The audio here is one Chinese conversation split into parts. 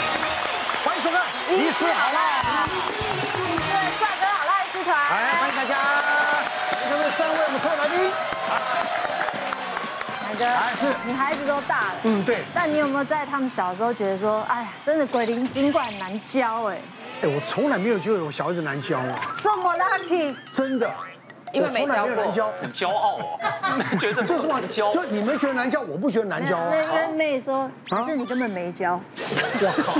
哎你吃好了。帅哥老辣剧团，哎，欢迎大家，欢迎哎三位我们所有来宾。海哥哎是，你孩子都大了，嗯，对。但你有没有在他们小时候觉得说，哎呀，真的鬼灵精怪难教哎，哎，我从来没有觉得我小孩子难教，啊这么 lucky，真的。因为我没从来教没有难过。教，很骄傲哦，觉得就是很骄就你们觉得难教，我不觉得难那教啊。那那妹说，啊可是你根本没教，我靠，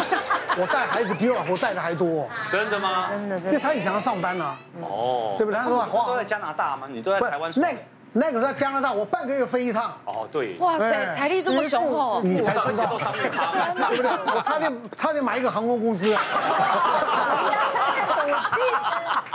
我带孩子比我老婆带的还多，真的吗？真的因真 为的。她也想要上班啊，哦，对不对？她说不是都哇在，加拿大吗？你都在不台湾出那那个时候在加拿大，我半个月飞一趟，哦，对，哇塞哎，财力这么雄厚，你才而知且道都，商业咖嘛，对不对？我差点差点买一个航空公司啊。 啊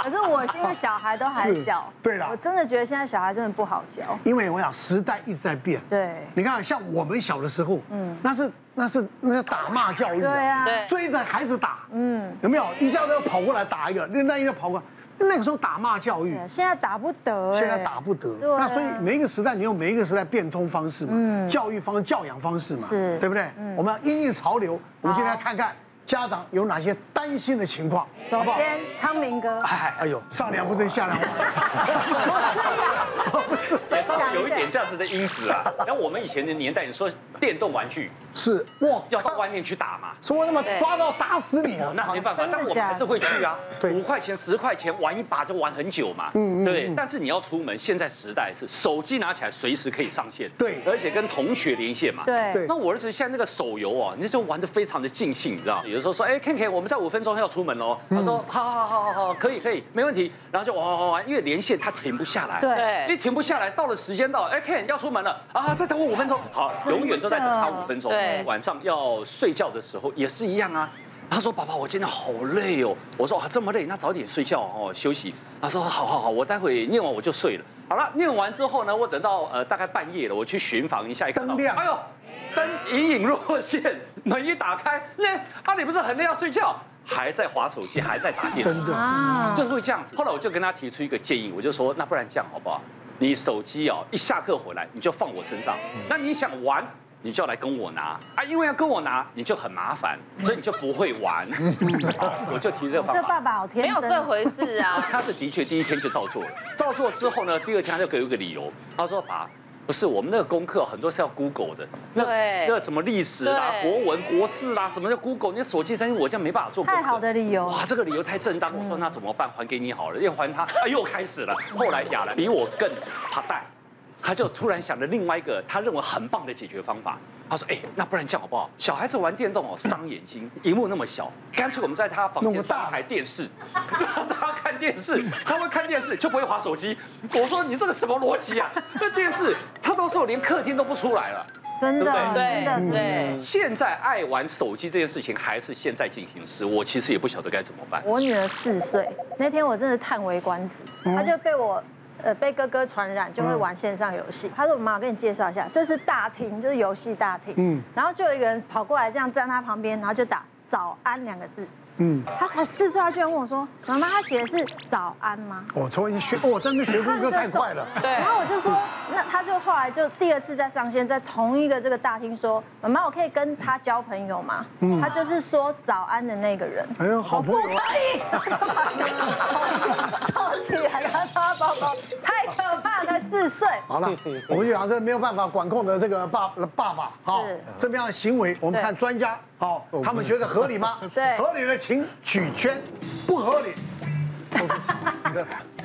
可是我因为小孩都还是小，对啦我真的觉得现在小孩真的不好教。因为我想时代一直在变。对你看，像我们小的时候，嗯，那是那是那是打骂教育，对，啊，对追着孩子打，嗯，有没有？一下都要跑过来打一个，那一个跑过来，那个时候打骂教育对，现在打不得哎，嗯现在打不得。对啊嗯那所以每一个时代，你有每一个时代变通方式嘛，教育方、教养方式嘛，是嗯对不对？我们要因应潮流。我们今天来看看家长有哪些担心的情况，好首不好？先，昌明哥，哎，哎呦，上梁不正下梁歪。不 是也稍微有一点这样子的因子啊。然后我们以前的年代，你说电动玩具是哇，要到外面去打嘛，说他妈抓到打死你啊哦，！那没办法真，的但我们假的还是会去啊。对五块钱、十块钱玩一把就玩很久嘛，嗯对。但是你要出门，现在时代是手机拿起来随时可以上线，对而且跟同学连线嘛，对对那我儿子现在那个手游哦，你就玩的非常的尽兴，你知道？有的时候说，哎，Ken Ken，我们在五分钟要出门喽。他嗯说，好好好好好，可以可以，没问题。然后就玩玩玩玩，因为连线他停不下来，对一停不下来，到了时间到，哎，Ken 要出门了啊，再等我五分钟，好，永远都在等他五分钟。对晚上要睡觉的时候也是一样啊。他说：“爸爸，我今天好累哦。”我说：“啊，这么累，那早点睡觉哦，休息。”他说：“好好好，我待会念完我就睡了。”好了，念完之后呢，我等到呃大概半夜了，我去巡房一下，一看到灯亮哎呦，灯隐隐若现，门一打开，那啊你不是很累要睡觉，还在划手机，还在打电话真，的，啊，就是会这样子。后来我就跟他提出一个建议，我就说，那不然这样好不好？你手机哦，一下课回来你就放我身上，嗯那你想玩。你就要来跟我拿啊，因为要跟我拿你就很麻烦，所以你就不会 玩。好我就提这个嗯方这法爸。爸好天没真有哦，这回事啊。他是的确第一天就照做了，照做之后呢，第二天他就给我一个理由，他说爸。不是我们那个功课很多是要 Google 的，那对那什么历史啦、对国文、国字啦，什么叫 Google？你手机上我这样没办法做功课。太好的理由哇，这个理由太正当。我说那怎么办？还给你好了，又还他，啊，又开始了。后来亚兰比我更怕带，他就突然想了另外一个他认为很棒的解决方法。他说：“哎、那不然这样好不好？小孩子玩电动哦，伤眼睛，荧幕那么小，干脆我们在他房弄个间大大台电视，让他看电视，他会看电视就不会划手机。”我说：“你这个什么逻辑啊？那电视他到时候连客厅都不出来了。”真的，对真不对的，真的。对，现在爱玩手机这件事情还是现在进行时，我其实也不晓得该怎么办。我女儿四岁，那天我真的叹为观止，她就被我。呃，被哥哥传染就会玩线上游戏。她说：“妈，我跟你介绍一下，这是大厅，就是游戏大厅。”嗯，然后就有一个人跑过来，这样站她旁边，然后就打“早安”两个字。嗯，她才四岁，她居然问我说：“妈妈，她写的是早安吗我哦从一学，我真的学功课太快 了。？”对然后我就说：“那她就后来就第二次在上线，在同一个这个大厅说：‘妈妈，我可以跟她交朋友吗？’嗯，她就是说早安的那个人。哎呦，好朋友啊， 抱起来，然后他包包，太可怕了，四岁。好了，我们就讲这没有办法管控的这个爸爸爸，好是，这么样的行为，我们对看专家，好，他们觉得合理吗？对合理的请举圈，不合理，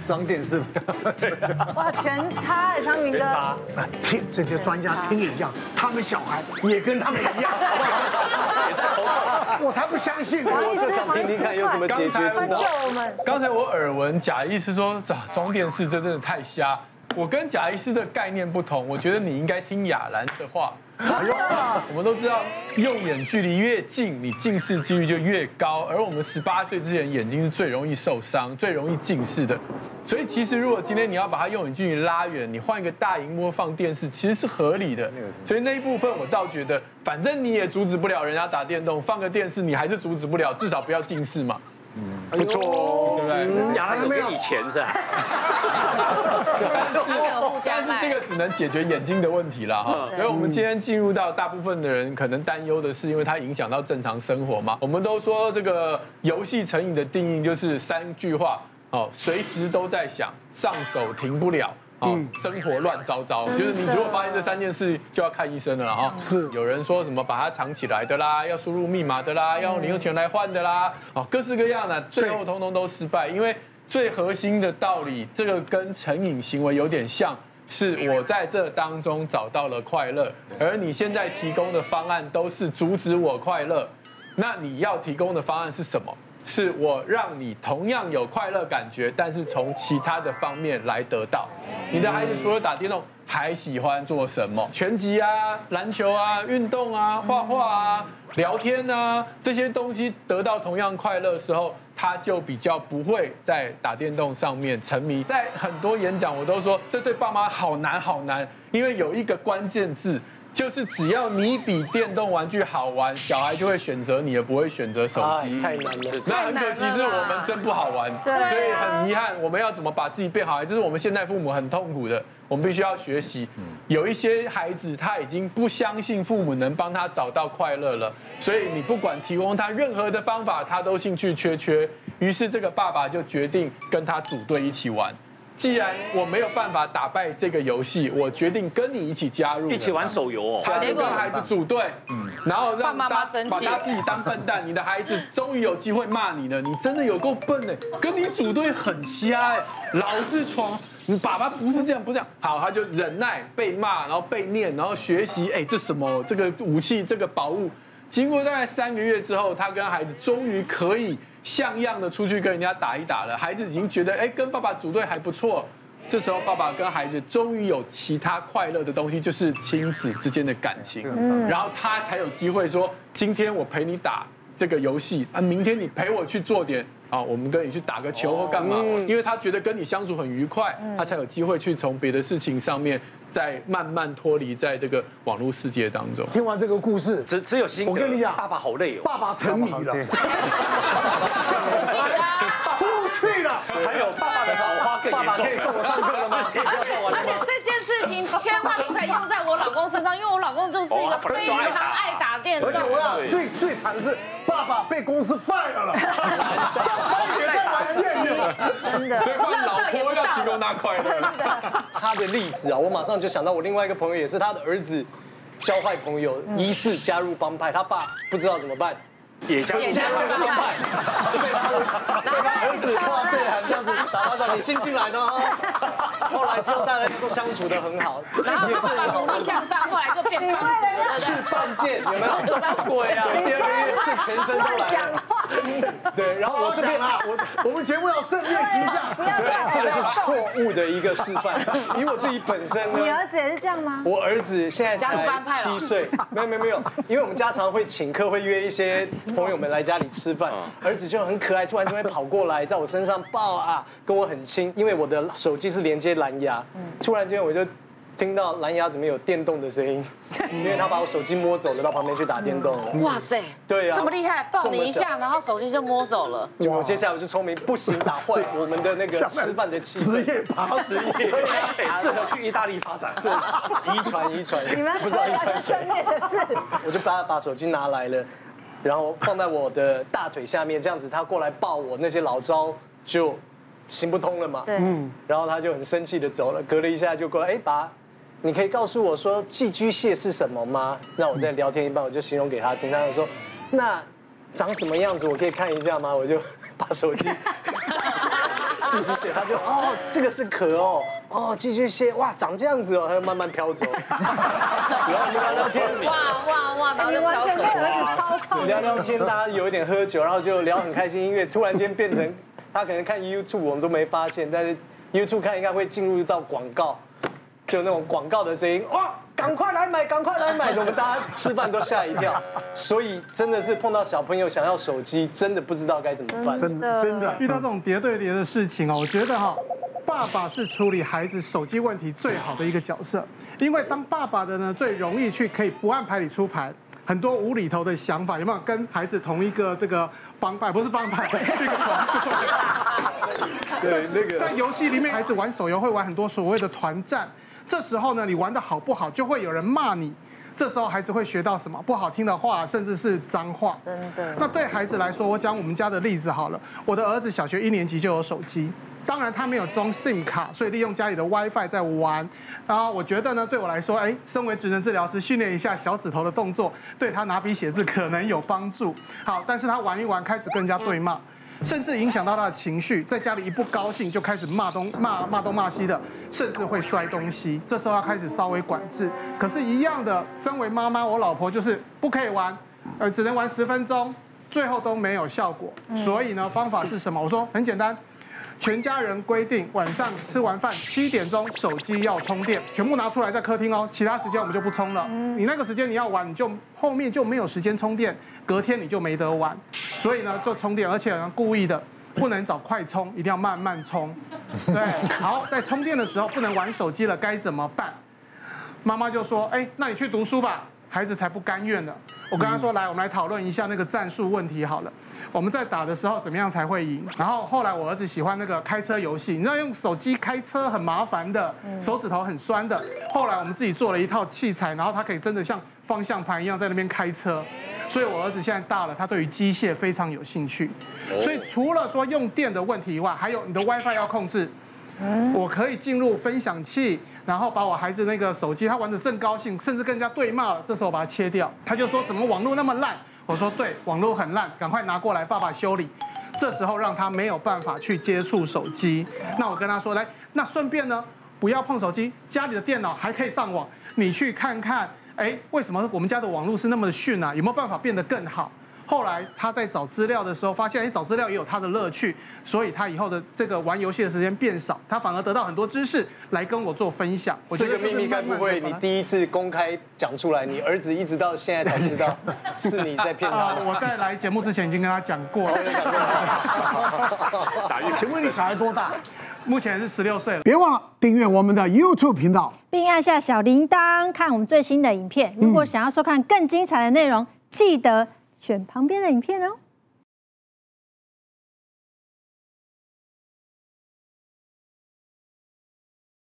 装电视， 哇，全擦哎，昌明 哥，来啊听这些专家听也一样，他们小孩也跟他们一样，好不好也在投稿。我才不相信呢，王我医师就想听听看有什么解决他之道救。我们。刚才我耳闻贾医师说装装电视这真的太瞎，我跟贾医师的概念不同，我觉得你应该听雅兰的话。哎我们都知道，用眼距离越近，你近视几率就越高。而我们十八岁之前，眼睛是最容易受伤、最容易近视的。所以其实如果今天你要把它用眼距离拉远，你换一个大荧幕放电视，其实是合理的。所以那一部分我倒觉得，反正你也阻止不了人家打电动，放个电视你还是阻止不了，至少不要近视嘛。不错哦对不哎对？亚兰有给你钱是吧？啊他有附加但是卖这个只能解决眼睛的问题了哈，所以我们今天进入到大部分的人可能担忧的是，因为它影响到正常生活嘛。我们都说这个游戏成瘾的定义就是三句话哦，随时都在想，上手停不了。哦，生活乱糟糟，就是你如果发现这三件事，就要看医生了啦哈。是有人说什么把它藏起来的啦，要输入密码的啦，要用零用钱来换的啦，哦，各式各样的，最后通通都失败，因为最核心的道理，这个跟成瘾行为有点像。是我在这当中找到了快乐，而你现在提供的方案都是阻止我快乐，那你要提供的方案是什么？是我让你同样有快乐感觉，但是从其他的方面来得到。你的孩子除了打电动，还喜欢做什么？拳击啊、篮球啊、运动啊、画画啊、聊天啊，这些东西得到同样快乐的时候，他就比较不会在打电动上面沉迷。在很多演讲我都说，这对爸妈好难好难，因为有一个关键字。就是只要你比电动玩具好玩，小孩就会选择你，而不会选择手哎机。太难了。那很可惜是我们真不好玩，对啊所以很遗憾，我们要怎么把自己变好？哎这是我们现代父母很痛苦的，我们必须要学习。嗯有一些孩子他已经不相信父母能帮他找到快乐了，所以你不管提供他任何的方法，他都兴趣缺缺。于是这个爸爸就决定跟他组队一起玩。既然我没有办法打败这个游戏，我决定跟你一起加入了，一起玩手游哦。他就跟孩子组队，然后让爸妈妈他生气把他自己当笨蛋。你的孩子终于有机会骂你了，你真的有够笨哎，跟你组队很瞎哎，老是闯。你爸爸不是这样，不是这样。好，他就忍耐被骂，然后被念，然后学习。哎，这什么？这个武器，这个宝物。经过大概三个月之后，他跟孩子终于可以像样的出去跟人家打一打了。孩子已经觉得，哎，跟爸爸组队还不错。这时候，爸爸跟孩子终于有其他快乐的东西，就是亲子之间的感情。然后他才有机会说：今天我陪你打这个游戏啊，明天你陪我去做点啊，我们跟你去打个球或干嘛？因为他觉得跟你相处很愉快，他才有机会去从别的事情上面再慢慢脱离在这个网络世界当中。听完这个故事，只只有心得，我跟你讲爸爸好累哦。爸爸沉迷了，出去了。还有爸爸的老花更爸爸严重可以。送我上课了吗？可以不要而且再玩而了且吗？这件事情千万不可以用在我老公身上，因为我老公就是一个非常爱打电动而且我的。要啊最最惨的是，爸爸被公司 fire 了，上班也在玩电影。真的所以 换老婆要提供他快乐，他的例子啊，我马上就想到我另外一个朋友，也是他的儿子交坏朋友，疑似加入帮派，他爸不知道怎么办，也加也入加加入帮派，被他的被他儿子跨岁还这样子打巴掌，你新进来的哦。后来之后大家都相处的很好，然后也他是爸爸老努力向上，后来就变胖子是犯贱，有没有？对啊，对，第二个月是全身都来讲了。话，你对，然后我这边啊，我我们节目要正面形象，不要对乱，这个是错误的一个示范。以我自己本身呢你，儿子也是这样吗？我儿子现在加入才帮派了七岁，没有没有没有，因为我们家常会请客，会约一些朋友们来家里吃饭，儿子就很可爱，突然就会跑过来，在我身上抱啊，跟我很亲，因为我的手机是连接蓝牙，嗯突然间我就。听到蓝牙怎么有电动的声音？因为他把我手机摸走了，到旁边去打电动了。哇塞，对啊这么厉害，抱你一这么下，然后手机就摸走了。我接下来我就聪明，不行，打坏我们的那个吃饭的气职氛，业爬职业。 哎适合去意大利发 展。遗传遗传。你们不知道遗传谁正。面的事，我就把把手机拿来了，然后放在我的大腿下面，这样子他过来抱我，那些老招就行不通了嘛。对，然后他就很生气的走了，隔了一下就过来，哎，爸，你可以告诉我说寄居蟹是什么吗？那我在聊天一半，我就形容给他听，他就说，那长什么样子，我可以看一下吗？我就把手机寄居蟹，他就哦，这个是壳哦，哦，寄居蟹，哇，长这样子哦，他就慢慢飘走。 然后我们聊聊天，哇哇哇，然后你就完飘全走被。儿子操控。聊聊天，大家有一点喝酒，然后就聊很开心，音乐突然间变成他可能看 YouTube 我们都没发现，但是 YouTube 看应该会进入到广告，就那种广告的声音，哇，赶快来买，赶快来买，我们大家吃饭都吓一跳，所以真的是碰到小朋友想要手机，真的不知道该怎么办。真的真的遇到这种叠对叠的事情哦，我觉得哈、爸爸是处理孩子手机问题最好的一个角色，因为当爸爸的呢，最容易去可以不按牌理出牌。很多无厘头的想法，有没有跟孩子同一个这个帮派？不是帮派，这个团队。对那在游戏里面，孩子玩手游会玩很多所谓的团战，这时候呢，你玩的好不好，就会有人骂你。这时候孩子会学到什么不好听的话，甚至是脏话。真的那对孩子来说，我讲我们家的例子好了。我的儿子小学一年级就有手机，当然他没有装 SIM 卡，所以利用家里的 WiFi 在玩。然后我觉得呢，对我来说，哎，身为职能治疗师，训练一下小指头的动作，对他拿笔写字可能有帮助。好，但是他玩一玩，开始跟人家对骂。甚至影响到他的情绪，在家里一不高兴就开始骂东骂骂东骂西的，甚至会摔东西。这时候要开始稍微管制。可是，一样的，身为妈妈，我老婆就是不可以玩，呃，只能玩十分钟，最后都没有效果。所以呢，方法是什么？我说很简单，全家人规定晚上吃完饭七点钟手机要充电，全部拿出来在客厅哦，其他时间我们就不充了。你那个时间你要玩，你就后面就没有时间充电，隔天你就没得玩。所以呢，就充电，而且呢故意的。不能找快充，一定要慢慢充。对，好，在充电的时候不能玩手机了，该怎么办？妈妈就说：“哎，那你去读书吧。”孩子才不甘愿呢。我跟他说：“来，我们来讨论一下那个战术问题好了。我们在打的时候怎么样才会赢？”然后后来我儿子喜欢那个开车游戏，你知道用手机开车很麻烦的，手指头很酸的。后来我们自己做了一套器材，然后他可以真的像方向盘一样在那边开车。所以我儿子现在大了，他对于机械非常有兴趣。所以除了说用电的问题以外，还有你的 WiFi 要控制。我可以进入分享器，然后把我孩子那个手机，他玩的正高兴，甚至跟人家对骂了，这时候我把它切掉，他就说怎么网络那么烂？我说对，网络很烂，赶快拿过来，爸爸修理。这时候让他没有办法去接触手机，那我跟他说，来，那顺便呢，不要碰手机，家里的电脑还可以上网，你去看看，哎，为什么我们家的网络是那么的逊啊？有没有办法变得更好？后来他在找资料的时候，发现哎，找资料也有他的乐趣，所以他以后的这个玩游戏的时间变少，他反而得到很多知识来跟我做分享。我觉这得个秘密就是该慢慢不地会把你它第一次公开讲出来，你儿子一直到现在才知道是你在骗他啊、？我在来节目之前已经跟他讲过了， 打预请问你小孩多大？目前是十六岁了。别忘了订阅我们的 YouTube 频道。并按下小铃铛看我嗯们最新的影片。如果想要收看更精彩的内容，记得选旁边的影片哦。